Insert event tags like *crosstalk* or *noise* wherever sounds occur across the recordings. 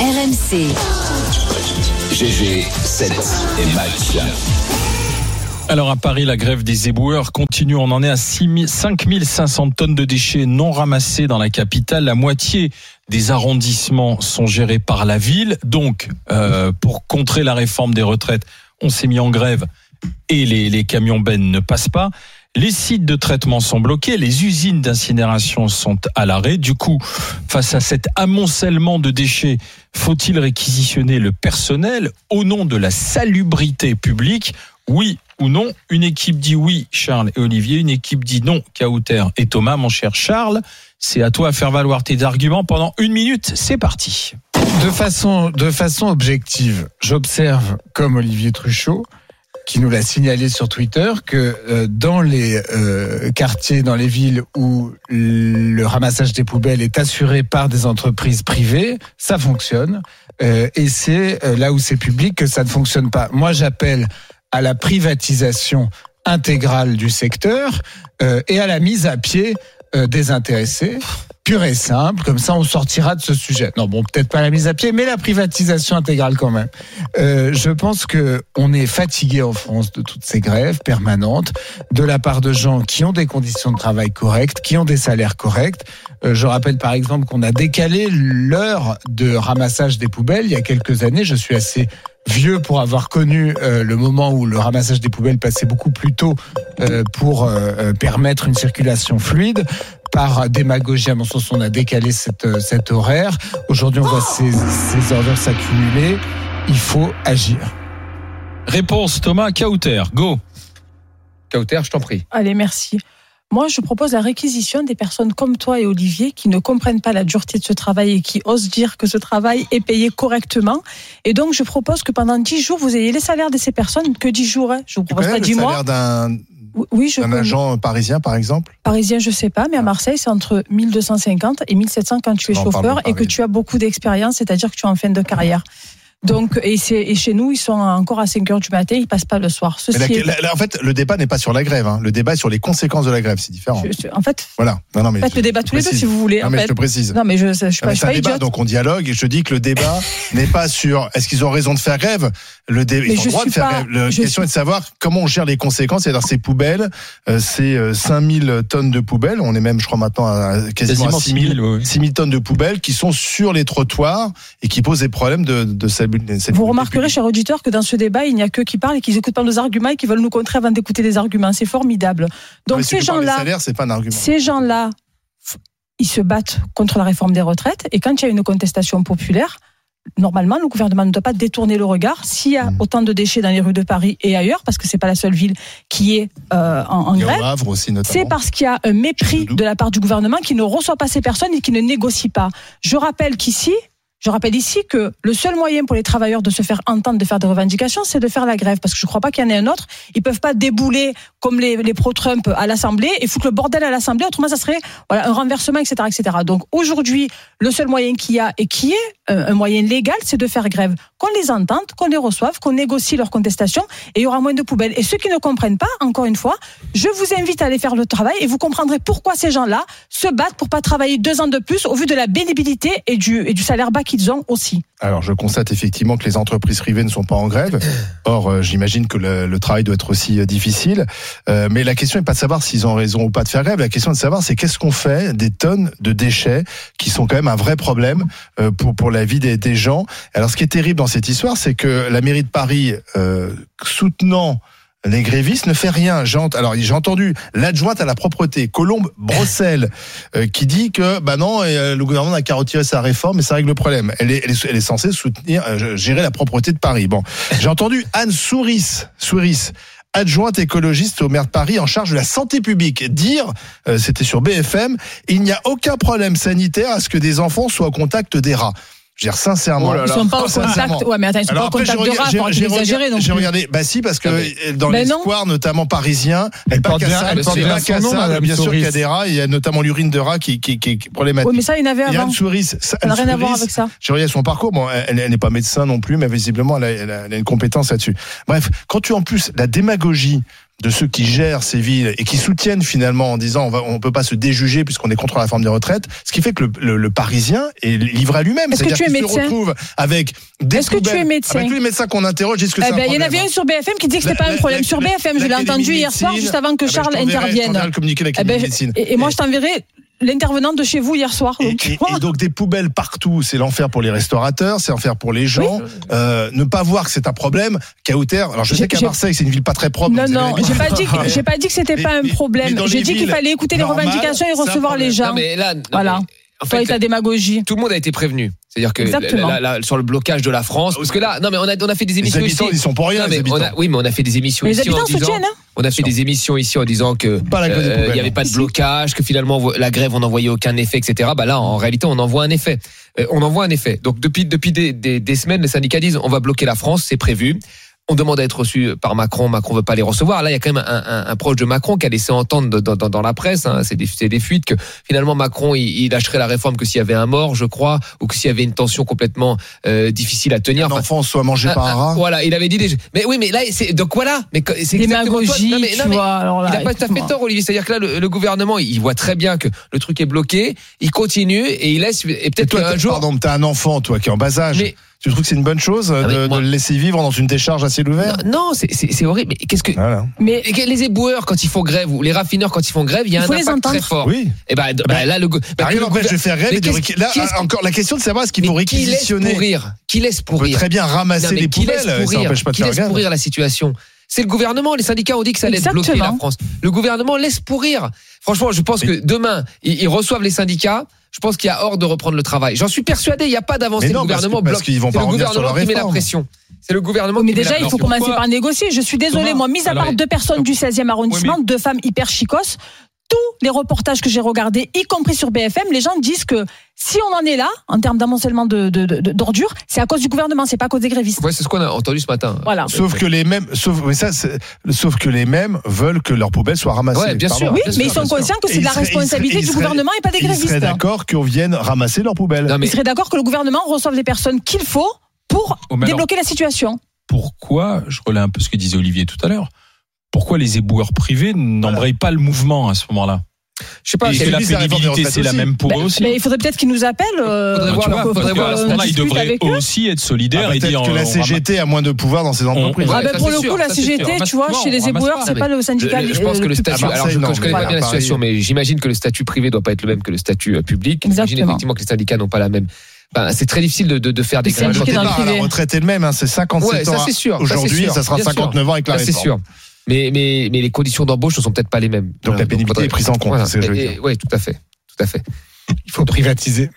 RMC. GG, 7 et match. Alors à Paris, la grève des éboueurs continue. On en est à 5500 tonnes de déchets non ramassés dans la capitale. La moitié des arrondissements sont gérés par la ville. Donc, euh, pour contrer la réforme des retraites, on s'est mis en grève et les, les camions bennes ne passent pas. Les sites de traitement sont bloqués, les usines d'incinération sont à l'arrêt. Du coup, face à cet amoncellement de déchets, faut-il réquisitionner le personnel au nom de la salubrité publique Oui ou non Une équipe dit oui, Charles et Olivier. Une équipe dit non, Kauter et Thomas. Mon cher Charles, c'est à toi à faire valoir tes arguments pendant une minute. C'est parti. De façon, de façon objective, j'observe, comme Olivier Truchot, qui nous l'a signalé sur Twitter, que euh, dans les euh, quartiers, dans les villes où le ramassage des poubelles est assuré par des entreprises privées, ça fonctionne. Euh, et c'est euh, là où c'est public que ça ne fonctionne pas. Moi, j'appelle à la privatisation intégrale du secteur euh, et à la mise à pied euh, des intéressés. Pure et simple, comme ça on sortira de ce sujet. Non, bon, peut-être pas la mise à pied, mais la privatisation intégrale quand même. Euh, je pense que on est fatigué en France de toutes ces grèves permanentes, de la part de gens qui ont des conditions de travail correctes, qui ont des salaires corrects. Euh, je rappelle par exemple qu'on a décalé l'heure de ramassage des poubelles il y a quelques années. Je suis assez vieux pour avoir connu euh, le moment où le ramassage des poubelles passait beaucoup plus tôt euh, pour euh, euh, permettre une circulation fluide. Par démagogie, à mon sens, on a décalé cette, euh, cet horaire. Aujourd'hui, on voit Oh ces, ces ordures s'accumuler. Il faut agir. Réponse Thomas, Kauter, go. Kauter, je t'en prie. Allez, merci. Moi, je propose la réquisition des personnes comme toi et Olivier qui ne comprennent pas la dureté de ce travail et qui osent dire que ce travail est payé correctement. Et donc, je propose que pendant 10 jours, vous ayez les salaires de ces personnes. Que 10 jours, hein. je vous Tu propose connais pas le 10 mois. salaire d'un Oui, je d'un connais. agent Ah. parisien, par exemple Parisien, je sais pas, mais à Marseille, c'est entre 1250 et 1700 quand tu es On en parle chauffeur de et que Paris. tu as beaucoup d'expérience, c'est-à-dire que tu es en fin de carrière. Donc, et, c'est- et chez nous, ils sont encore à 5 heures du matin, ils passent pas le soir. Mais Ceci la- est- la- la- En fait, le débat n'est pas sur la grève. hein. Le débat est sur les conséquences de la grève. C'est différent. je- je- en fait, Voilà. Non, non, mais faites le débat tous les deux si vous voulez. Non, en mais fait. je te précise. Non, mais je, je, suis pas, Non, Ah, mais je c'est suis un pas débat, idiote. donc on dialogue et je te dis que le *laughs* débat n'est pas sur est-ce qu'ils ont raison de faire grève. Le dé- Mais Ils ont je le droit de suis faire pas- grève. La je question suis- est de savoir comment on gère les conséquences. C'est-à-dire ces poubelles, euh, ces euh, 5000 tonnes de poubelles, on est même, je crois, maintenant à quasiment, à Quasiment 6000 6000, oui. 6000 tonnes de poubelles qui sont sur les trottoirs et qui posent des problèmes de, de cette Vous remarquerez, chers auditeurs, que dans ce débat, il n'y a que qui parlent et qui écoutent pas nos arguments et qui veulent nous contrer avant d'écouter les arguments. C'est formidable. Donc, ces gens-là, c'est pas un argument. ces gens-là, f- ils se battent contre la réforme des retraites. Et quand il y a une contestation populaire, normalement, le gouvernement ne doit pas détourner le regard. S'il y a Mhm. autant de déchets dans les rues de Paris et ailleurs, parce que c'est pas la seule ville qui est euh, en, en Il y a grève. au Havre aussi, notamment. C'est parce qu'il y a un mépris doute. de la part du gouvernement qui ne reçoit pas ces personnes et qui ne négocie pas. Je rappelle qu'ici, je rappelle ici que le seul moyen pour les travailleurs de se faire entendre, de faire des revendications, c'est de faire la grève. Parce que je ne crois pas qu'il y en ait un autre. Ils peuvent pas débouler comme les, les pro-Trump à l'Assemblée et foutre le bordel à l'Assemblée. Autrement, ça serait voilà, un renversement, etc. etc. Donc aujourd'hui, le seul moyen qu'il y a et qui est euh, un moyen légal, c'est de faire grève. Qu'on les entende, qu'on les reçoive, qu'on négocie leurs contestations et il y aura moins de poubelles. Et ceux qui ne comprennent pas, encore une fois, je vous invite à aller faire le travail et vous comprendrez pourquoi ces gens-là se battent pour pas travailler deux ans de plus au vu de la bénébilité et du, et du salaire bas qu'ils ont aussi. Alors, je constate effectivement que les entreprises privées ne sont pas en *coughs* grève. Or, euh, j'imagine que le, le travail doit être aussi euh, difficile. Euh, mais la question n'est pas de savoir s'ils ont raison ou pas de faire grève. La question est de savoir, c'est qu'est-ce qu'on fait des tonnes de déchets qui sont quand même un vrai problème euh, pour, pour la vie des, des gens. Alors, ce qui est terrible dans cette histoire, c'est que la mairie de Paris, euh, soutenant les grévistes ne fait rien. J'ai ent- Alors j'ai entendu l'adjointe à la propreté, Colombe Brossel, euh, qui dit que bah non, euh, le gouvernement n'a qu'à retirer sa réforme et ça règle le problème. Elle est, elle est, elle est censée soutenir, euh, gérer la propreté de Paris. Bon, j'ai entendu Anne Souris, Souris, adjointe écologiste au maire de Paris en charge de la santé publique, dire, euh, c'était sur BFM, il n'y a aucun problème sanitaire à ce que des enfants soient au contact des rats. Je veux dire sincèrement. Ils sont pas au sincèrement. contact. Ouais, mais attends, ils sont pas au j'ai contact de hein, regardé- rats, j'ai- faut arrêter j'ai d'exagérer regardé- non j'ai plus. regardé, bah si, parce que Ah, mais- euh, dans Ben les non. squares, notamment parisiens, Elle porte Bac à bien- sable, elle porte les bien bacs son à nom, sable, Madame bien sûr qu'il y a Souris. des rats, il y a notamment l'urine de rat qui, qui, qui, qui est problématique. Oui, mais ça, il y en avait Il y a avant. Anne Souris, ça- hein. Ça n'a Anne rien à voir Souris, avec ça. J'ai regardé son parcours, bon, elle elle n'est pas médecin non plus, mais visiblement, elle a, elle a- elle a une compétence là-dessus. Bref, quand tu en plus la démagogie de ceux qui gèrent ces villes et qui soutiennent finalement en disant on va on peut pas se déjuger puisqu'on est contre la forme des retraites, ce qui fait que le, le- le Parisien est livré à lui-même. Est-ce que C'est-à-dire tu es qu'il se médecin retrouve avec des Est-ce que tu poubelles, es médecin Avec tous les médecins qu'on interroge, est-ce que Eh c'est un ben, il y en problème avait un sur BFM qui disait que c'était La- pas un la- problème la- sur BFM. Je l'ai l'Académie entendu hier médecine. soir, juste avant que Ah ben, Charles je t'enverrai- Je intervienne. t'enverrai le communiqué de Eh l'Académie ben, de médecine. et, et moi, je t'enverrai l'intervenant de chez vous hier soir. Et, donc, tu et- vois. et donc des poubelles partout, c'est l'enfer pour les restaurateurs, c'est l'enfer pour les gens. Euh, ne pas voir que c'est un problème. Cautère, alors je J'ai- sais qu'à j'ai- Marseille c'est une ville pas très propre. non, vous avez non, l'habitude. j'ai pas dit, que- j'ai pas dit que c'était Mais- pas un mais- mais problème. dans J'ai les dit qu'il villes fallait écouter les normales, revendications et c'est un recevoir les problème. gens. Non, mais là, non, Voilà. mais en Toi et fait, ta démagogie. tout le monde a été prévenu. C'est-à-dire que Exactement. là, là, là, sur le blocage de la France, parce que là, non, mais on a, on a fait des Ah Les émissions ici. habitants, ils sont pour rien. Non, les mais habitants. on a- oui, mais on a fait des émissions Mais les ici en habitants disant. soutiennent, hein. On a fait des émissions ici en disant que Pas la grève des euh, il poubelles. n'y avait pas de blocage, que finalement on voit- la grève on n'envoyait aucun effet, etc. Bah là, en réalité, on envoie un effet. Euh, on envoie un effet. Donc depuis depuis des, des- des semaines, les syndicats disent on va bloquer la France, c'est prévu. On demande à être reçu par Macron. Macron veut pas les recevoir. Là, il y a quand même un, un- un proche de Macron qui a laissé entendre de- dans, dans- dans la presse, hein, c'est des, c'est des fuites, que finalement Macron, il, il lâcherait la réforme que s'il y avait un mort, je crois, ou que s'il y avait une tension complètement euh, difficile à tenir. Un Enfin, enfant soit mangé par un ah, ah, rat. Voilà, il avait dit des. Mais oui, mais là, c'est donc voilà. Mais que- c'est exactement toi. Démagogie, Non, mais- non, tu mais vois. alors là, Il n'a pas tout à fait écoute-moi. tort, Olivier. C'est-à-dire que là, le, le gouvernement, il voit très bien que le truc est bloqué. Il continue et il laisse. Et Et peut-être toi, qu'un t'es- jour. pardon, mais t'as un enfant, toi, qui est en bas âge. Mais- Tu trouves que c'est une bonne chose euh, Ah, mais de, moi- de le laisser vivre dans une décharge à ciel ouvert euh, Non, c'est- c'est c'est horrible. Mais qu'est-ce que. Voilà. Mais Et que Les éboueurs quand ils font grève ou les raffineurs quand ils font grève, il y a Il un faut les impact très entendre. fort. Oui. Bah, Et ben d- ben, là le go- ben, Rien le n'empêche gouver- de faire rêve Mais et de qu'est-ce- réqui- Là, qu'est-ce- encore, la question de savoir ce qu'il Mais faut qui laisse réquisitionner. pourrir Qui laisse On peut pourrir très bien Non, ramasser mais Ah, des qui laisse poubelles, ça pourrir, n'empêche pas de qui faire laisse grève. pourrir la situation C'est le gouvernement, les syndicats ont dit que ça allait être bloqué la Exactement. France. Le gouvernement laisse pourrir. Franchement, je pense que demain, ils, ils reçoivent les syndicats. Je pense qu'il y a hors de reprendre le travail. J'en suis persuadé, il n'y a pas d'avancée. Mais Le non, parce gouvernement que- parce bloque. qu'ils vont C'est pas le revenir sur gouvernement leur qui met la réforme. pression. C'est le gouvernement mais qui met la déjà, il faut pression. commencer Pourquoi par négocier. Je suis désolée, Thomas, moi, mis à alors, part deux personnes du 16e arrondissement, deux femmes hyper chicos, tous les reportages que j'ai regardés, y compris sur BFM, les gens disent que si on en est là, en termes d'amoncellement de- de- de- de- d'ordures, c'est à cause du gouvernement, c'est pas à cause des grévistes. Ouais, c'est ce qu'on a entendu ce matin. Voilà. Sauf que les mêmes, sauf, mais ça, c'est- sauf que les mêmes veulent que leurs poubelles soient ramassées. Ouais, bien Pardon. sûr. Oui, bien mais ils sûr, sont bien sûr. conscients que Et c'est de ils la seraient- ils seraient- responsabilité ils du seraient- gouvernement et pas des Et Ils seraient grévistes. d'accord qu'on vienne ramasser leurs poubelles. Non, mais- Ils seraient d'accord que le gouvernement reçoive les personnes qu'il faut pour Oh, mais alors- débloquer la situation. pourquoi, je relais un peu ce que disait Olivier tout à l'heure, pourquoi les éboueurs privés n'embrayent pas le mouvement à ce moment-là Je sais pas. Est-ce et que la subissent la réforme des pénibilité, retraites c'est la aussi. même pour eux aussi Bah, Mais il faudrait peut-être qu'ils nous appellent. euh, Faudrait Tu voir, vois, faudrait parce voir, qu'à ce on moment-là, ils discute devraient avec eux eux. aussi être Ah, solidaires et Peut-être dire euh, que on la ramasse- CGT a moins de pouvoir dans ses entreprises. on- Ah Ouais, ben, ça, pour c'est le sûr, coup, la ça, c'est sûr. CGT, Ramasse tu vois, pas, chez on les ramasse éboueurs, pas. c'est pas le syndicat. Je, je pense euh, que le plus statut. Marseille, Alors, je, non, je connais mais pas bien la à Paris. situation, mais j'imagine que le statut privé doit pas être le même que le statut euh, public. J'imagine Exactement. effectivement que les syndicats n'ont pas la même. Ben, c'est très difficile de, de, de faire des Les grèves. Le syndiqués dans le départ à la privé. retraite est le même, hein, c'est 57 Ouais, ans. ça c'est sûr. ça, c'est Aujourd'hui, sûr, ça sera bien sûr. 59 ans avec la Ça, Ah, c'est réforme. sûr. Mais, mais, mais les conditions d'embauche ne sont peut-être pas les mêmes. Donc, la pénibilité est prise en compte, c'est ce que je veux dire. Oui, tout à fait. Tout à fait. Il faut privatiser.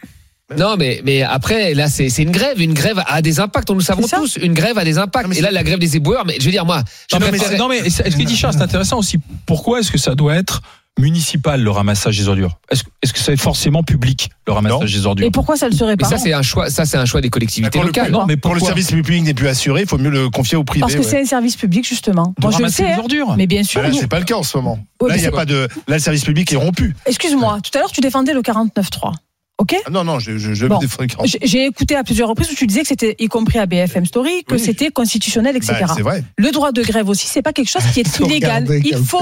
Non, mais, mais après, là, c'est c'est une grève. Une grève a des impacts. On nous le savons C'est ça. tous. Une grève a des impacts. Non, mais Et là, la grève des éboueurs, mais je veux dire, moi, je Non, mais préférerais- c'est- non, mais c'est- est-ce que dit Charles, c'est intéressant aussi. Pourquoi est-ce que ça doit être municipal le ramassage des ordures Est-ce que- est-ce que c'est forcément public le ramassage des ordures Et pourquoi ça ne serait mais pas ça, c'est un choix. Ça, c'est un choix des collectivités Pour le locales. coup, Non, mais Pour le pourquoi service public n'est plus assuré, il faut mieux le confier au privé. Parce que ouais. c'est un service public, justement. de Moi, je le ramasser sais. les hein. ordures Mais bien sûr. Bah là, nous- c'est pas le cas en ce moment. Ouais, Là, mais il y a c'est- pas de. Là, le service public est rompu. Excuse-moi, tout à l'heure, tu défendais le 49.3. OK Ah non, non, je, je, je Bon. défends- J'ai- J'ai écouté à plusieurs reprises où tu disais que c'était, y compris à BFM Story, que Oui. c'était constitutionnel, etc. Bah, c'est vrai. le droit de grève aussi, c'est pas quelque chose qui est Faut illégal. regarder Il quelqu'un. faut,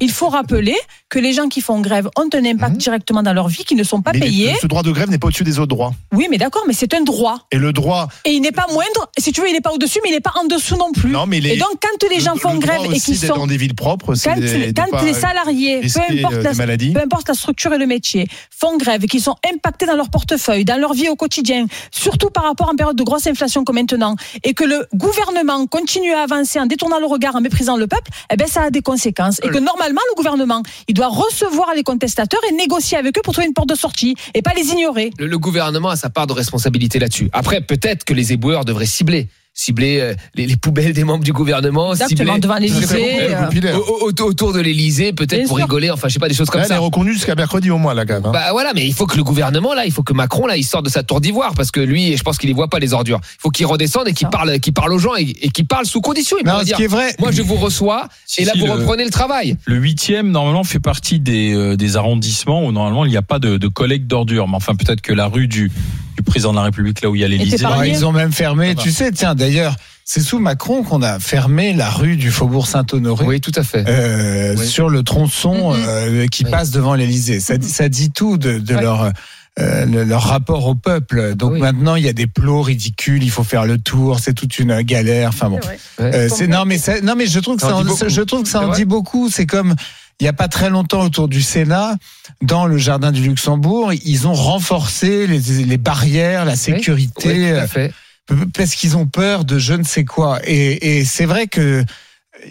il faut rappeler que les gens qui font grève ont un impact Mhm. directement dans leur vie, qui ne sont pas Mais payés. le- ce droit de grève n'est pas au-dessus des autres droits. Oui, mais d'accord, mais c'est un droit. Et le droit. Et il n'est pas moindre. Si tu veux, il n'est pas au-dessus, mais il n'est pas en dessous non plus. Non, mais les. Et donc, quand les le- gens le font droit grève et aussi qu'ils d'être sont. dans des villes propres, c'est Quand, de- de quand pas les salariés, peu risquer, importe, euh, la, des maladies. peu importe la structure et le métier, font grève et qu'ils sont impactés dans leur portefeuille, dans leur vie au quotidien, surtout par rapport à une période de grosse inflation comme maintenant, et que le gouvernement continue à avancer en détournant le regard, en méprisant le peuple, eh ben ça a des conséquences. Euh. Et que normalement, le gouvernement, il doit recevoir les contestateurs et négocier avec eux pour trouver une porte de sortie, et pas les ignorer. le, le gouvernement a sa part de responsabilité là-dessus. Après, peut-être que les éboueurs devraient cibler. Cibler euh, les, les poubelles des membres du gouvernement, Exactement, cibler devant cibler, l'Élysée. euh, euh, Populaire. au- au- autour- autour de l'Élysée, peut-être Bien pour sûr. rigoler, enfin je sais pas des choses comme Là, elle est ça. reconnue jusqu'à mercredi au moins, la grève. hein. Bah voilà, mais il faut que le gouvernement là, il faut que Macron là, il sorte de sa tour d'ivoire parce que lui, je pense qu'il ne voit pas les ordures. Il faut qu'il redescende et qu'il Ça. parle, qu'il parle aux gens et, et qu'il parle sous condition. Il Non, pourrait ce dire, qui est vrai, moi je vous reçois Si, et là si, vous le- reprenez le travail. Le huitième, normalement, fait partie des, euh, des arrondissements où, normalement, il n'y a pas de, de collecte d'ordures. Mais enfin, peut-être que la rue du, du président de la République, là où il y a l'Élysée, t'es pas- Alors, épargné. Ah bah. ils ont même fermé. va. Tu sais, tiens, d'ailleurs, C'est sous Macron qu'on a fermé la rue du Faubourg Saint-Honoré. Oui, tout à fait. euh, Oui. Mm-hmm. sur le tronçon Mhm. euh, qui Oui. passe devant l'Elysée. Ça, dit- ça dit tout de, de Ouais. leur, euh, le- leur rapport au peuple. Donc oui. maintenant, il y a des plots ridicules, il faut faire le tour, c'est toute une euh, galère. Enfin bon. Ouais. Euh, c'est non mais ça- non mais je trouve que Ça ça, en en- dit beaucoup. je trouve que ça C'est en vrai. dit beaucoup. C'est comme il y a pas très longtemps autour du Sénat, dans le jardin du Luxembourg, ils ont renforcé les, les barrières, la sécurité, Oui, tout à fait. euh, parce qu'ils ont peur de je ne sais quoi. Et, et c'est vrai que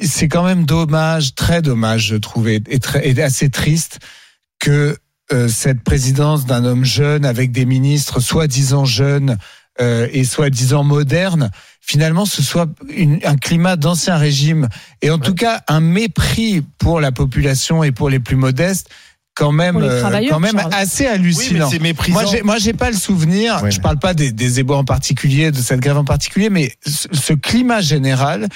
c'est quand même dommage, très dommage, je trouve, et, et très- et assez triste que euh, cette présidence d'un homme jeune avec des ministres soi-disant jeunes euh, et soi-disant modernes, finalement, ce soit une- un climat d'ancien régime et en tout cas un mépris pour la population et pour les plus modestes, quand même, Pour les euh, travailleurs, quand même Charles. assez Oui, mais hallucinant. c'est méprisant. Moi, j'ai, moi, j'ai pas le souvenir. Ouais. Je parle pas des, des éboueurs en particulier, de cette grève en particulier, mais ce, ce climat général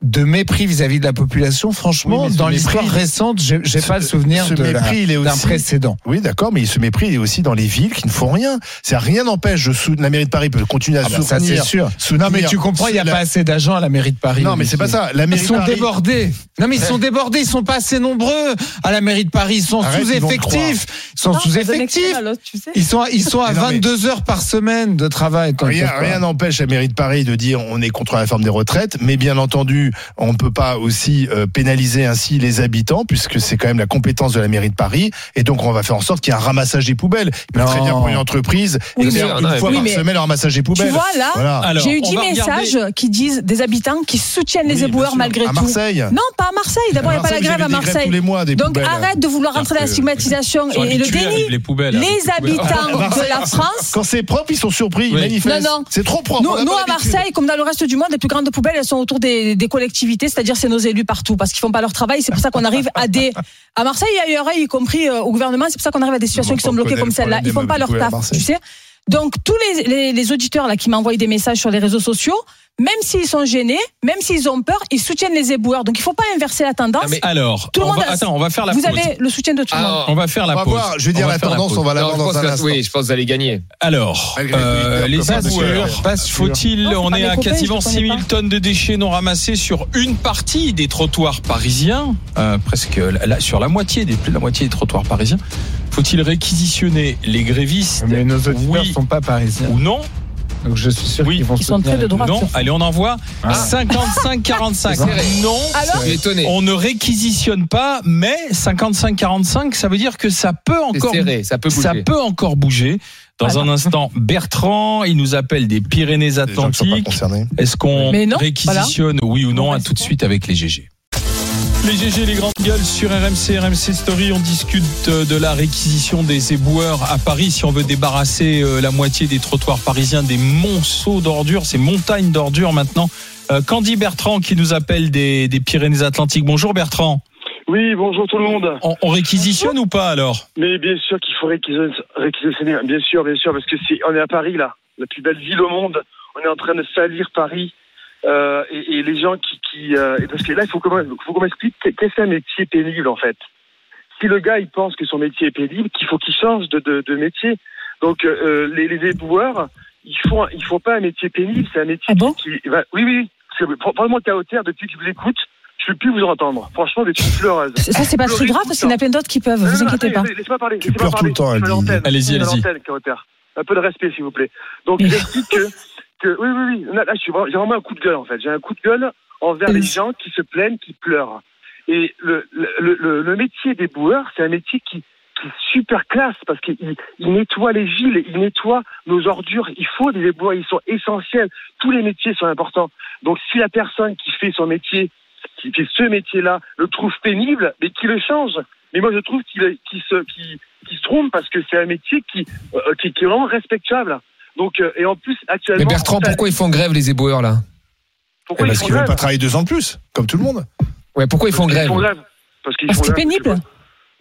de mépris vis-à-vis de la population, franchement, Oui, mais ce dans mépris, l'histoire récente, j'ai, j'ai ce- pas le souvenir ce de la- mépris, il est d'un aussi- précédent. Oui, d'accord, mais ce mépris il est aussi dans les villes qui ne font rien. Ça rien n'empêche. de sou- La mairie de Paris peut continuer à Ah bah, ça, c'est soutenir. sûr. soutenir- non, mais tu comprends, il n'y a la- pas assez d'agents à la mairie de Paris. Non, mais c'est pas ça. La Ils mairie de sont Paris- débordés. Non, mais ils sont débordés. Ils sont pas assez nombreux à la mairie de Paris. Ils sont Arrête, ils vont te sous-effectifs. Ils sont sous-effectifs. tu sais. Ils sont, ils sont à Mais non, mais- 22 heures par semaine de travail. t'inquiète Rien pas. rien n'empêche la mairie de Paris de dire on est contre la réforme des retraites, mais bien entendu, on ne peut pas aussi euh, pénaliser ainsi les habitants, puisque c'est quand même la compétence de la mairie de Paris, et donc on va faire en sorte qu'il y ait un ramassage des poubelles. Il peut Non. très bien pour une entreprise, Oui, et mais- faire Oui, une fois mais- par semaine un ramassage des poubelles. Tu vois, là, Voilà. Alors, J'ai eu on 10 va messages regarder- qui disent des habitants qui soutiennent Oui, les bien éboueurs sûr. malgré à tout. Marseille. Non, pas à Marseille. D'abord, il n'y a pas la Marseille, grève vous à avez des grèves Marseille. tous les mois, des Donc poubelles. arrête de vouloir rentrer dans la Parce que- stigmatisation Ils sont et le habitués à déni. vivre les poubelles. hein. avec Les poubelles. habitants de la France Quand c'est propre, ils sont surpris, ils Oui. manifestent. Non, non. C'est trop propre. Oh, on Nous, n'a nous, pas à l'habitude. Marseille, comme dans le reste du monde, les plus grandes poubelles, elles sont autour des, des collectivités, c'est-à-dire c'est nos élus partout, parce qu'ils font pas leur travail. C'est pour ça qu'on arrive à des à Marseille et ailleurs, y compris euh, au gouvernement. C'est pour ça qu'on arrive à des situations Bon, qui sont on bloquées connaît comme le celle-là. problème Ils des font pas meubles leur poubelles à taf, Marseille. tu sais. Donc tous les, les, les auditeurs là qui m'envoient des messages sur les réseaux sociaux, même s'ils sont gênés, même s'ils ont peur, ils soutiennent les éboueurs. Donc il faut pas inverser la tendance. Ah, mais Alors, Tout le on monde va, a- attends, on va faire la Vous pause. avez le soutien de tout Ah. le monde. Alors, On va faire la On va pause. voir, je vais dire va la faire tendance, pause. on va Ah, la Non, voir je pense dans un que- instant. oui, je pense que vous allez gagner. Alors, Malgré tout, euh, il y a les pas de éboueurs, sûr, pas sûr. faut-il, Non, c'est on pas est mes à copains, quasiment je les 6000 connais pas. tonnes de déchets non ramassés sur une partie des trottoirs parisiens, euh, presque la- la- sur la moitié, des, plus de la moitié des trottoirs parisiens. Faut-il réquisitionner les grévistes Mais nos auditeurs Oui. sont pas parisiens. ou non Donc je suis sûr Oui. qu'ils vont Ils sont soutenir très de les- droite. Non, sur- allez, on envoie Ah. 55-45. C'est serré. Non, Je Alors, suis étonné. on ne réquisitionne pas, mais 55-45, ça veut dire que ça peut C'est encore serré, ça peut bouger. ça peut encore bouger. Dans un instant, Bertrand, il nous appelle des Les gens qui sont pas Pyrénées-Atlantiques. concernés. Est-ce qu'on Mais non, réquisitionne, oui ou non, Non, à mais tout de c'est suite avec les GG les GG, les grandes gueules sur RMC, RMC Story, on discute euh, de la réquisition des éboueurs à Paris. Si on veut débarrasser euh, la moitié des trottoirs parisiens des monceaux d'ordures, ces montagnes d'ordures maintenant. Euh, Candy Bertrand qui nous appelle des, des Pyrénées-Atlantiques. Bonjour Bertrand. Oui, bonjour tout le monde. On, on réquisitionne ou pas alors Mais bien sûr qu'il faudrait qu'ils réquisitionner. Bien sûr, bien sûr, parce que c'est, on est à Paris là, la plus belle ville au monde. On est en train de salir Paris. Euh, et, et les gens qui, qui euh, et parce que là, il faut qu'on faut qu'on m'explique qu'est- qu'est-ce qu'un métier pénible en fait. Si le gars il pense que son métier est pénible, qu'il faut qu'il change de, de, de métier. Donc euh, les, les éboueurs, ils font ils font pas un métier pénible, c'est un métier Ah bon qui va. Oui, oui. oui. Parce que, fr- Franchement, t'es à hauteur depuis que je vous écoute. Je ne peux plus vous entendre. Franchement, depuis que je suis pleureuse. ça c'est pas très grave parce qu'il y en a plein d'autres qui peuvent. Non, Vous non, non, inquiétez pas. attendez, Laissez-moi parler. Tu laissez-moi pleures tout parler, le temps, je suis à Aldi. l'antenne, Allez-y, je suis à allez-y. l'antenne, Kauter. Un peu de respect, s'il vous plaît. Donc, Mais- j'explique que, que- Oui, oui, oui. Là, là, je suis vraiment- j'ai vraiment un coup de gueule, en fait. J'ai un coup de gueule envers les Oui. gens qui se plaignent, qui pleurent. Et le, le, le- le métier des boueurs, c'est un métier qui, qui est super classe parce qu'ils ils nettoient les villes, ils nettoient nos ordures. Il faut des boueurs, ils sont essentiels. Tous les métiers sont importants. Donc, si la personne qui fait son métier, qui fait ce métier-là, le trouve pénible, mais qui le change. Mais moi, je trouve qu'il est- qu'il se, qu'il- qu'il se trompe parce que c'est un métier qui, euh, qui, qui est vraiment respectable. Donc, euh, et en plus, actuellement. Mais Bertrand, on t'a- pourquoi ils font grève les éboueurs là pourquoi Eh, ils parce font qu'ils veulent grève pas travailler deux ans de plus, comme tout le monde. Ouais, pourquoi ils font Parce qu'ils grève font grève. Parce qu'ils Parce font que c'est grève, je sais pénible. pas.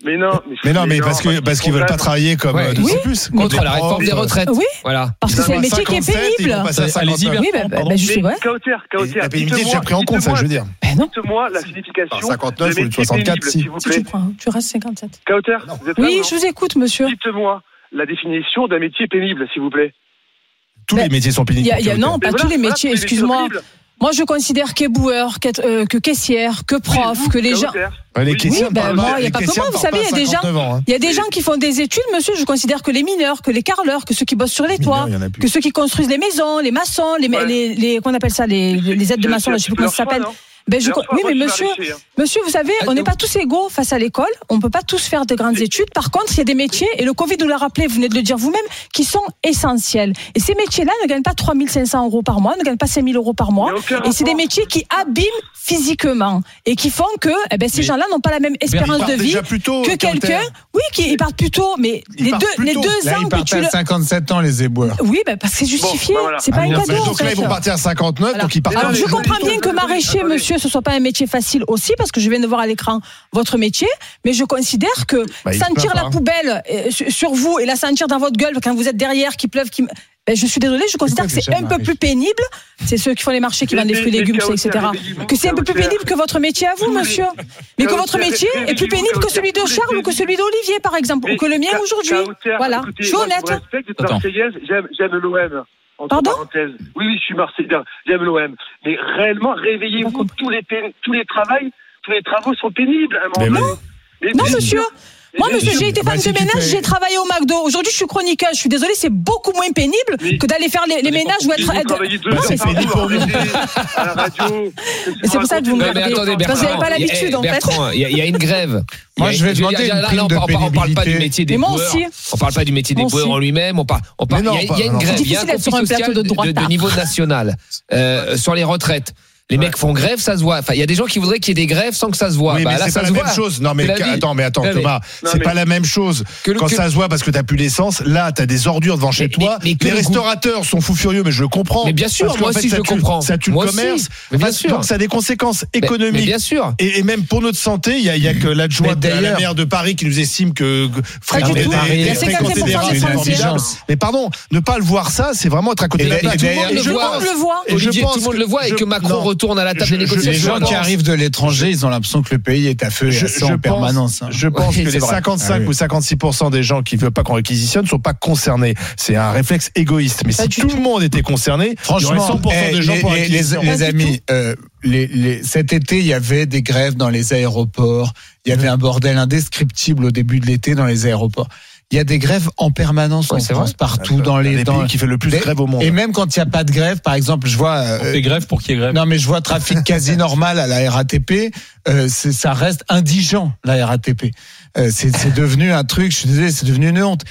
Mais non, mais, Mais non, mais parce non, que parce qu'ils font veulent pas grève. travailler comme Ouais. euh, deux Oui. ans de plus. Comme Contre les la réforme profs, des euh, retraites. Oui, Voilà. parce que c'est ils le sont à métier qui est 57, ils vont pénible. passer à Allez-y, 59. Oui, ben, ben, ben, juste, Mais ouais. Kauter, Kauter, La pénibilité, c'est pris en compte, ça, je veux dire. non. Dites-moi la signification. Par 59 de au lieu de métier 64, pénible, si. s'il vous Si tu plaît. prends, hein, tu restes 57. Kauter, Ah vous êtes là, Oui, non je vous écoute, monsieur. Dites-moi la définition d'un métier pénible, s'il vous plaît. Tous les Ben, métiers sont Il pénibles. y a- il y a- non, pas Mais tous voilà, les voilà, métiers, tous les excuse-moi. pénibles. Moi, je considère qu'éboueur, qu'être- euh, que caissière, que prof, que les gens. Cahotaire. Ouais, Les Oui, caissières oui, ben, parlent moi, pas- y a les pas que moi, caissières vous parlent savez, pas à il y a des gens- 59 ans, hein. Il y a des gens qui font des études, monsieur. Je considère que les mineurs, que les carleurs, que ceux qui bossent sur les toits, Mineurs, il y en a plus. que ceux qui construisent les maisons, les maçons, les, Ouais. les, les- qu'on appelle ça, les, les aides de maçons, je sais plus comment ça s'appelle. Ben, je, Leur con- choix, oui, moi, mais je suis monsieur, arrêté, hein. monsieur, vous savez, on n'est pas tous égaux face à l'école. On peut pas tous faire de grandes études. Par contre, il y a des métiers, et le Covid nous l'a rappelé, vous venez de le dire vous-même, qui sont essentiels. Et ces métiers-là ne gagnent pas 3500 euros par mois, ne gagnent pas 5000 euros par mois. Il y a aucun Et c'est des rapport. métiers qui abîment physiquement et qui font que eh ben, ces Mais- gens-là n'ont pas la même ils espérance Partent de vie déjà plus tôt, que Carter. quelqu'un, oui, qui ils partent plus tôt, mais Ils les partent deux, plus les tôt. deux Là, ans ils que tu partaient le, à 57 ans, les éboueurs. oui, ben parce que c'est justifié, Bon, ben c'est pas Ah, un merci. cadeau. en Donc là, fait. ils vont partir à 59, donc ils partent Alors, Attendez, je attendez, comprends attendez, bien que attendez, maraîcher, attendez. monsieur, ce soit pas un métier facile aussi, parce que je viens de voir à l'écran votre métier, mais je considère que Bah, il se sentir plaint la pas, hein. poubelle euh, sur- sur vous et la sentir dans votre gueule quand vous êtes derrière, qui pleuve, qui... m- Ben, je suis désolée, je considère quoi que c'est déjà, un peu maraîcher plus pénible. C'est ceux qui font les marchés, qui Mais vendent des des- fruits, des légumes, etc. carotteurs, des limons, Que c'est un peu plus carotteurs. pénible que votre métier à vous, Tous les- monsieur. Mais que votre carotteurs, métier des est plus limons, pénible que celui de carotteurs, Charles ou que des- celui d'Olivier, par exemple, ou que le mien Ca- aujourd'hui. Cahotaire, Voilà, écoutez, je suis moi, Je honnête. vous respecte, d'être Attends. marseillaise, j'aime j'aime l'OM. entre Pardon parenthèses. Oui, oui, je suis Marseillais, j'aime l'OM. Mais réellement, J'ai pas réveillez-vous, compris. tous les, pén- tous les travaux, tous les travaux sont pénibles. à un moment Mais donné. oui. Mais Non, bien monsieur. sûr. Moi, Mais monsieur, bien j'ai sûr. été Bah, femme si de tu ménage, fais- j'ai travaillé au McDo. Aujourd'hui, je suis chroniqueuse. Je suis désolée, c'est beaucoup moins pénible Oui. que d'aller faire les, les Mais ménages ou J'ai être. être- travaillé deux Bah, heures c'est par pénible jour pour à RG, à la radio. Mais c'est pour ça que vous me Non, regardez. mais attendez, Parce que Bertrand. vous n'avez pas l'habitude, il y a- en fait. Bertrand, il y, a- il y a une grève. Moi, Il y a- je vais veux demander dire, une là, prime on, de parle- on parle pas du pénibilité. métier des Mais moi boueurs. aussi. On parle pas du métier des Moi boueurs aussi. en lui-même. On parle, on parle. Mais non, il y a, il y a pas- une grève. Il y a un difficile d'être sur conflit un plateau social de de, de droitard. niveau national Euh, sur les retraites. Les mecs font grève, ça se voit. Enfin, il y a des gens qui voudraient qu'il y ait des grèves sans que ça se voit. Oui, Bah, mais là, c'est ça pas se la même voit. chose. Non, mais Tu l'as ca- dit. attends, mais attends, Non, mais- Thomas, Non, c'est mais- pas la même chose. Que le- Quand que- ça se voit parce que t'as plus d'essence, là, t'as des ordures devant Mais- chez toi. mais- mais que les le goût- restaurateurs sont fous furieux, mais je le comprends. Mais bien sûr, Parce qu'en moi fait, aussi, ça je tue- comprends. Ça tue Moi le aussi. commerce. Mais bien Parce- sûr. Donc, ça a des conséquences Mais- mais économiques. bien sûr. Et, et même pour notre santé, il y a, il y a que Mais l'adjointe à la d'ailleurs- maire de Paris qui nous estime que que du fréquenter tout. des- Il y a fréquenter 50% des rats, des c'est Français. formidable. Mais pardon, ne pas le voir ça, c'est vraiment être à côté Et de la ben, d'ailleurs- plaque. et d'ailleurs- Et je le voit. pense- Je le vois. et je Olivier, pense tout le monde le voit et je- que Macron non. retourne à la table Je- des je- Les négociations. gens qui arrivent de l'étranger, ils ont l'impression que le pays est à feu et à sang en permanence. hein. Je pense Oui, que c'est les vrai. 55 Ah *laughs* oui. ou 56 des gens qui ne veulent pas qu'on réquisitionne ne sont pas concernés. C'est un réflexe égoïste. Mais Pas si du tout le monde était concerné, Franchement, il y aurait 100 eh, de gens les, pour les- les- réquisition. les Pas du amis, euh, les- les- cet été, il y avait des grèves dans les aéroports. Il y avait un bordel indescriptible au début de l'été dans les aéroports. Il y a des grèves en permanence Ouais, en c'est France, partout dans Un les des dans- pays qui fait le plus des- de grève au monde. Et même quand il n'y a pas de grève, par exemple, je vois. On euh, fait grève pour qu'il y ait grève. non mais je vois *laughs* trafic quasi normal à la RATP, euh, c'est- ça reste indigent la RATP. Euh, c'est c'est devenu un truc, je suis désolé, c'est devenu une honte.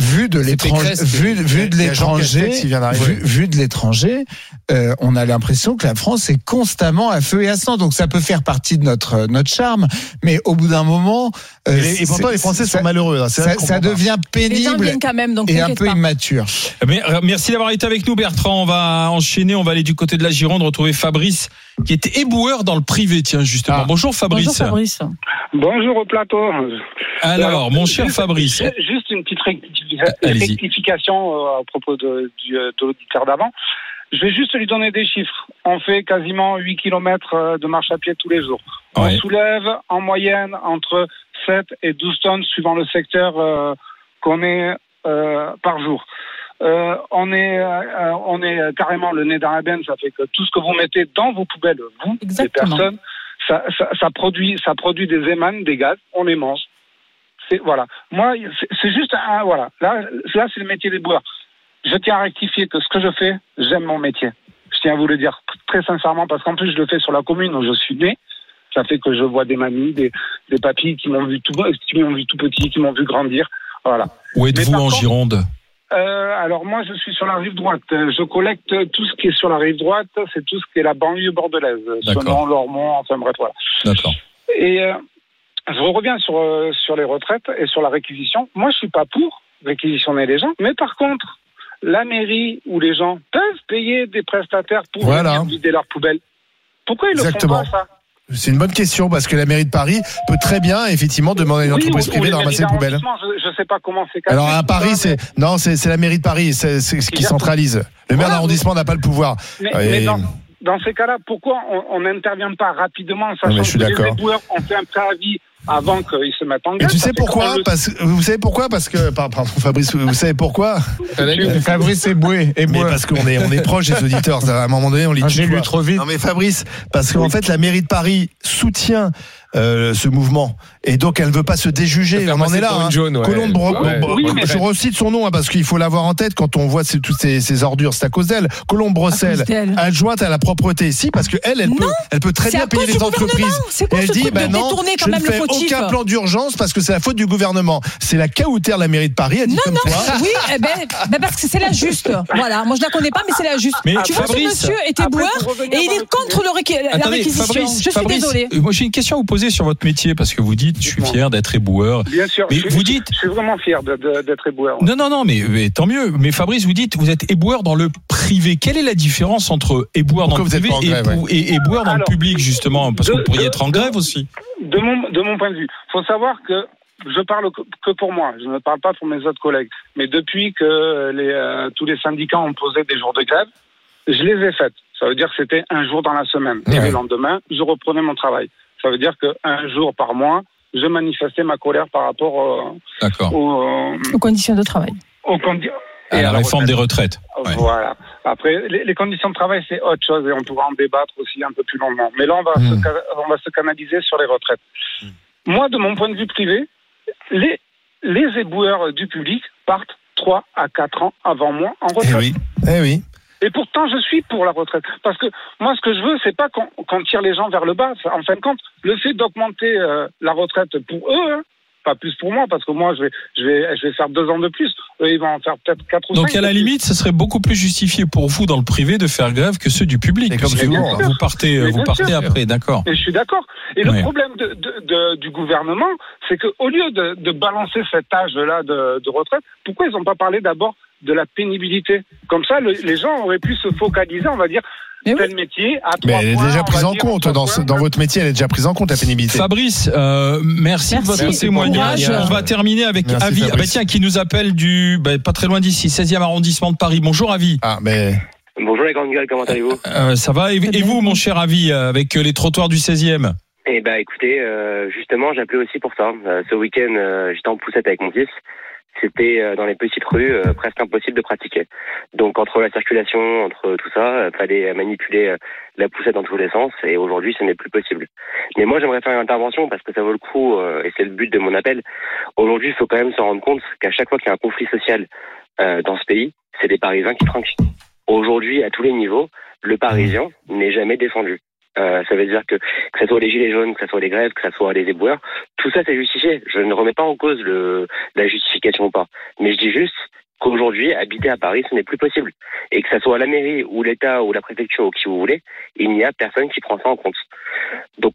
Vu de l'étranger, Pécresse qui- vu, vu de il y a Jean Castex l'étranger, qui vient d'arriver. vu, vu de l'étranger, euh, on a l'impression que la France est constamment à feu et à sang. Donc ça peut faire partie de notre euh, notre charme, mais au bout d'un moment, euh, Et, les- et pourtant, c'est- les Français ça- sont malheureux. hein. C'est Ça, vrai qu'on ça comprend devient Les gens pénible viennent quand même, donc et un t'inquiète peu pas. immature. Mais, euh, merci d'avoir été avec nous, Bertrand. On va enchaîner. On va aller du côté de la Gironde retrouver Fabrice, qui était éboueur dans le privé. Tiens, justement. Ah. Bonjour, Fabrice. Bonjour Fabrice. Bonjour au plateau. Alors, mon cher juste- Fabrice. ju- Juste une petite rectifi- Euh, Allez-y. rectification euh, à propos de, du, euh, de l'auditeur d'avant. Je vais juste lui donner des chiffres. On fait quasiment 8 km de marche à pied tous les jours. Ouais. On soulève en moyenne entre 7 et 12 tonnes suivant le secteur euh, qu'on est euh, par jour. Euh, on est euh, on est carrément le nez dans la benne, ça fait que tout ce que vous mettez dans vos poubelles, vous, Exactement. les personnes, ça, ça, ça produit ça produit des émanes, des gaz, on les mange. C'est voilà. Moi, c'est- c'est juste un voilà. Là, là, c'est le métier des boueurs. Je tiens à rectifier que ce que je fais, j'aime mon métier. Je tiens à vous le dire très sincèrement parce qu'en plus je le fais sur la commune où je suis né. Ça fait que je vois des mamies, des, des papis qui m'ont vu tout qui m'ont vu tout petit, qui m'ont vu grandir. Voilà. Où êtes-vous Mais en par contre- Gironde Euh, alors moi, je suis sur la rive droite. Euh, Je collecte tout ce qui est sur la rive droite. C'est tout ce qui est la banlieue bordelaise. D'accord. Senon, Lormont, enfin bref, voilà. D'accord. Et euh, je reviens sur, euh, sur les retraites et sur la réquisition. Moi, je suis pas pour réquisitionner les gens. Mais par contre, la mairie où les gens peuvent payer des prestataires pour Voilà. venir vider leurs poubelles. Pourquoi ils Exactement. le font pas, ça C'est une bonne question parce que la mairie de Paris peut très bien effectivement demander à une Oui, entreprise ou- ou privée les de ramasser les mairies poubelles. d'arrondissement, Je, je sais pas comment c'est calculé, Hein, Alors à Paris, mais- c'est non, c'est c'est la mairie de Paris c'est- c'est ce qui Exactement. centralise. Le maire Voilà. d'arrondissement n'a pas le pouvoir. Mais, Et- mais dans, dans ces cas-là, pourquoi on- on n'intervient pas rapidement, sachant mais je suis que les d'accord. éboueurs ont fait un préavis avant qu'ils se mettent en Et grève tu sais parce que quand pourquoi le- Parce que- vous savez pourquoi Parce que par- pardon Fabrice, vous savez pourquoi Fabrice Eboué. Mais Eboué. parce qu'on est on est proche des auditeurs. À un moment donné, on les Ah, J'ai tutoie. lu trop vite. Non mais Fabrice, parce qu'en fait la mairie de Paris soutient euh, ce mouvement et donc elle ne veut pas se déjuger. Faire On en passer est là. pour une hein. jaune, ouais. Colombe Bro- Ouais. Bro- Oui, mais- je recite son nom hein, parce qu'il faut l'avoir en tête quand on voit ces- toutes ces, ces ordures. C'est à cause d'elle. Colombe Brossel, cause d'elle. adjointe à la propreté. Si, parce que elle, elle Non, peut, elle peut très c'est bien à cause payer du les entreprises. gouvernement. C'est Et quoi elle ce dit, truc bah de non, détourner quand je ne même le fais fautif aucun plan d'urgence parce que c'est la faute du gouvernement. C'est la caoutère de la mairie de Paris. Elle dit Non, comme non, toi. *laughs* oui, eh ben, ben parce que c'est la juste. Voilà, moi je la connais pas, mais c'est la juste. Mais tu vois, ce Fabrice- monsieur était Après, boueur pour revenir et il dans est le contre le réqui- la Attendez, réquisition. Fabrice, je suis Fabrice, désolée. euh, Moi, j'ai une question à vous poser sur votre métier parce que vous dites, je suis Dites-moi. fier d'être éboueur. Bien sûr, Mais je, suis- vous dites- je suis vraiment fier de- de- d'être éboueur. Non, non, non, mais, mais tant mieux. Mais Fabrice, vous dites, vous êtes éboueur dans le privé. Quelle est la différence entre éboueur dans Pourquoi le vous êtes privé pas en et, grève, ébou- et éboueur dans Alors, le public, justement Parce que de- vous pourriez de- être en grève aussi. de mon, de mon point de vue, faut savoir que je parle que que pour moi, je ne parle pas pour mes autres collègues. Mais depuis que les, euh, tous les syndicats ont posé des jours de grève, je les ai faites. Ça veut dire que c'était un jour dans la semaine. Et le lendemain, je reprenais mon travail. Ça veut dire qu'un jour par mois, je manifestais ma colère par rapport D'accord. euh, au, Aux conditions de travail. au condi- et À la réforme retraite. des retraites. Ouais. Voilà. Après, les, les conditions de travail, c'est autre chose et on pourra en débattre aussi un peu plus longuement. Mais là, on va, Mm. Hmm. se, ca- on va se canaliser sur les retraites. Moi, de mon point de vue privé, les, les éboueurs du public partent 3 à 4 ans avant moi en Eh retraite. oui. Eh oui. Et pourtant, je suis pour la retraite. Parce que moi, ce que je veux, c'est pas qu'on qu'on tire les gens vers le bas. En fin de compte, le fait d'augmenter euh, la retraite pour eux, hein, pas plus pour moi, parce que moi, je vais, je vais, je vais faire deux ans de plus. Eux, ils vont en faire peut-être quatre ou cinq. Donc à la de plus. limite, ce serait beaucoup plus justifié pour vous dans le privé de faire grève que ceux du public. Mais Parce comme que souvent, vous, hein. vous partez, Mais vous bien partez sûr. après, d'accord. Et je suis d'accord. Et Ouais. le problème de, de- de- du gouvernement, c'est qu'au lieu de, de balancer cet âge-là de, de retraite, pourquoi ils n'ont pas parlé d'abord de la pénibilité Comme ça, le- les gens auraient pu se focaliser, on va dire, Mais Eh oui. tel métier à Mais trois elle est points, déjà on va prise en dire, compte trois dans, ce- points. dans votre métier. Elle est déjà prise en compte la pénibilité. Fabrice, euh, merci, de Merci. votre Merci témoignage. pour courage. On va terminer avec Merci, Avi, Fabrice. Ah bah tiens, qui nous appelle du bah, pas très loin d'ici, 16e arrondissement de Paris. Bonjour Avi. Ah mais Bonjour les grandes gueules, comment allez-vous Euh, ça va et, et vous, mon cher Avi, euh, avec euh, les trottoirs du 16e Eh ben écoutez, euh, justement j'appelais aussi pour ça. Euh, ce week-end euh, j'étais en poussette avec mon fils. C'était euh, dans les petites rues euh, presque impossible de pratiquer. Donc entre la circulation, entre tout ça, euh, fallait manipuler euh, la poussette dans tous les sens et aujourd'hui ce n'est plus possible. Mais moi j'aimerais faire une intervention parce que ça vaut le coup euh, et c'est le but de mon appel. Aujourd'hui il faut quand même se rendre compte qu'à chaque fois qu'il y a un conflit social euh, dans ce pays, c'est des Parisiens qui trinquent. Aujourd'hui à tous les niveaux, le Parisien n'est jamais défendu. Euh, ça veut dire que que ce soit les gilets jaunes, que ce soit les grèves, que ce soit les éboueurs, tout ça c'est justifié. Je ne remets pas en cause le, la justification ou pas. Mais je dis juste qu'aujourd'hui, habiter à Paris, ce n'est plus possible. Et que ce soit la mairie ou l'État ou la préfecture ou qui vous voulez, il n'y a personne qui prend ça en compte. Donc,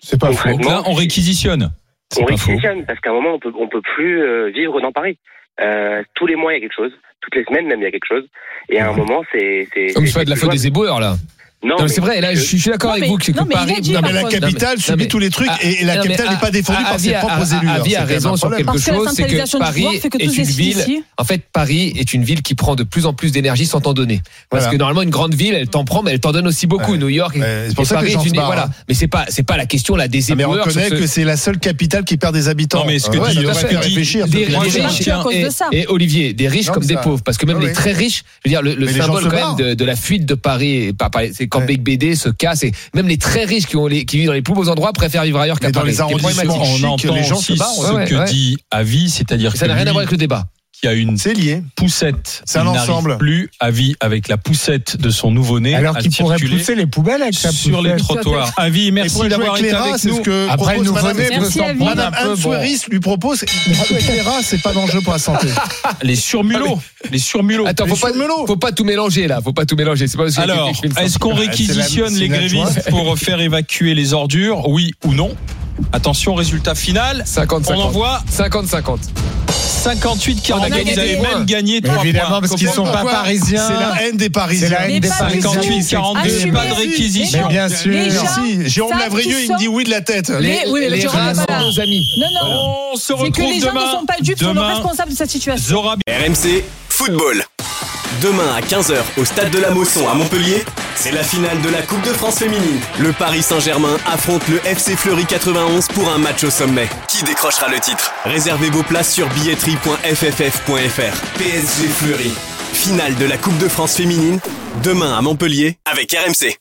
c'est pas faux. concrètement, Donc là, on réquisitionne. C'est on pas faux. réquisitionne parce qu'à un moment, on peut, on peut plus euh, vivre dans Paris. Euh, tous les mois, il y a quelque chose. Toutes les semaines, même, il y a quelque chose. Et à un moment, c'est. c'est- Comme c'est- je fais de la c'est faute plus des éboueurs, là. jouable. Non, Non, mais mais c'est vrai, là, je je- suis je suis d'accord Non, avec mais- vous que non, mais il a Paris. dit, Non mais par la contre- capitale subit tous les trucs Ah, et la non, mais capitale à- n'est pas défendue à- par ses à- propres à- élus. à- Alors, Avi c'est a quand même raison un sur problème. quelque Parce que la chose, c'est centralisation que du pouvoir Paris fait que est tous une décident ville. ici. En fait, Paris est une ville qui prend de plus en plus d'énergie sans t'en donner. Parce Voilà. que normalement, une grande ville, elle t'en prend, mais elle t'en donne aussi beaucoup. Ouais. New York, et, Ouais, c'est pour et ça que Paris les gens est une se barrent, Voilà. hein. Mais c'est pas, c'est pas la question là des Ah, mais on éboueurs. reconnaît sur ce- que c'est la seule capitale qui perd des habitants. Non, mais ce que Ouais, dit- ça doit ce que faire dit- réfléchir. des, Moi, des j'ai riches marché à cause et, de ça. et Olivier, des riches Non, comme mais des ça- pauvres, parce que même Ah les oui. très riches, je veux dire, le, le Mais les gens symbole se quand même barrent. de, de la fuite de Paris, et pas- pas- c'est quand Ouais. Big BD se casse, et même les très riches qui, ont les, qui vivent dans les plus beaux endroits préfèrent vivre ailleurs qu'à Mais dans Paris. les C'est arrondissements, problématique. chic, On entend les gens aussi se barrent, ce ouais, que ouais. dit Avi, c'est-à-dire que Ça n'a rien à lui, voir avec le débat. qui a une C'est lié. poussette, C'est un il n'arrive ensemble. plus Avi avec la poussette de son nouveau-né Alors à qu'il pourrait circuler pousser les poubelles avec sa sur les poussette. trottoirs. Avi, Et pour Ah merci jouer d'avoir avec été les rats, avec c'est ce nous. que Après, propose nous Madame venez Merci, de Avi. Madame Anne Souris lui propose Cléra, c'est pas dangereux pour la santé. Ah, Les surmulots, Ah, les surmulots. Attends, faut pas, faut pas tout mélanger là, faut pas tout mélanger. C'est pas parce que- Alors, je fais une est-ce qu'on Ouais, c'est la- réquisitionne c'est les la grévistes pour euh, faire évacuer les ordures Oui ou non Attention, résultat final. 50 On 50. envoie 50 50. 58 40 On Ah, a Vous gagné. avez même gagné Mais 3 évidemment, parce qu'ils sont pas Pourquoi C'est parisiens. la haine des Parisiens. C'est la haine Mais des pas du parisiens. tout. 58 42, Assumez. pas de réquisition. Mais bien Les sûr. gens- Merci. Jérôme savent Lavrieux, qu'ils il me dit sont- oui de la tête. Mais oui, mais les Jérôme, rats sont voilà. nos amis. Non, non, On se c'est que retrouve les gens ne demain. sont pas dupes, sont nos Demain, responsables de cette situation. Zora RMC Football. Demain à 15h au Stade de la Mosson à Montpellier, C'est la finale de la Coupe de France féminine. Le Paris Saint-Germain affronte le FC Fleury 91 pour un match au sommet. Qui décrochera le titre Réservez vos places sur billetterie.fff.fr. PSG Fleury. Finale de la Coupe de France féminine, demain à Montpellier avec RMC.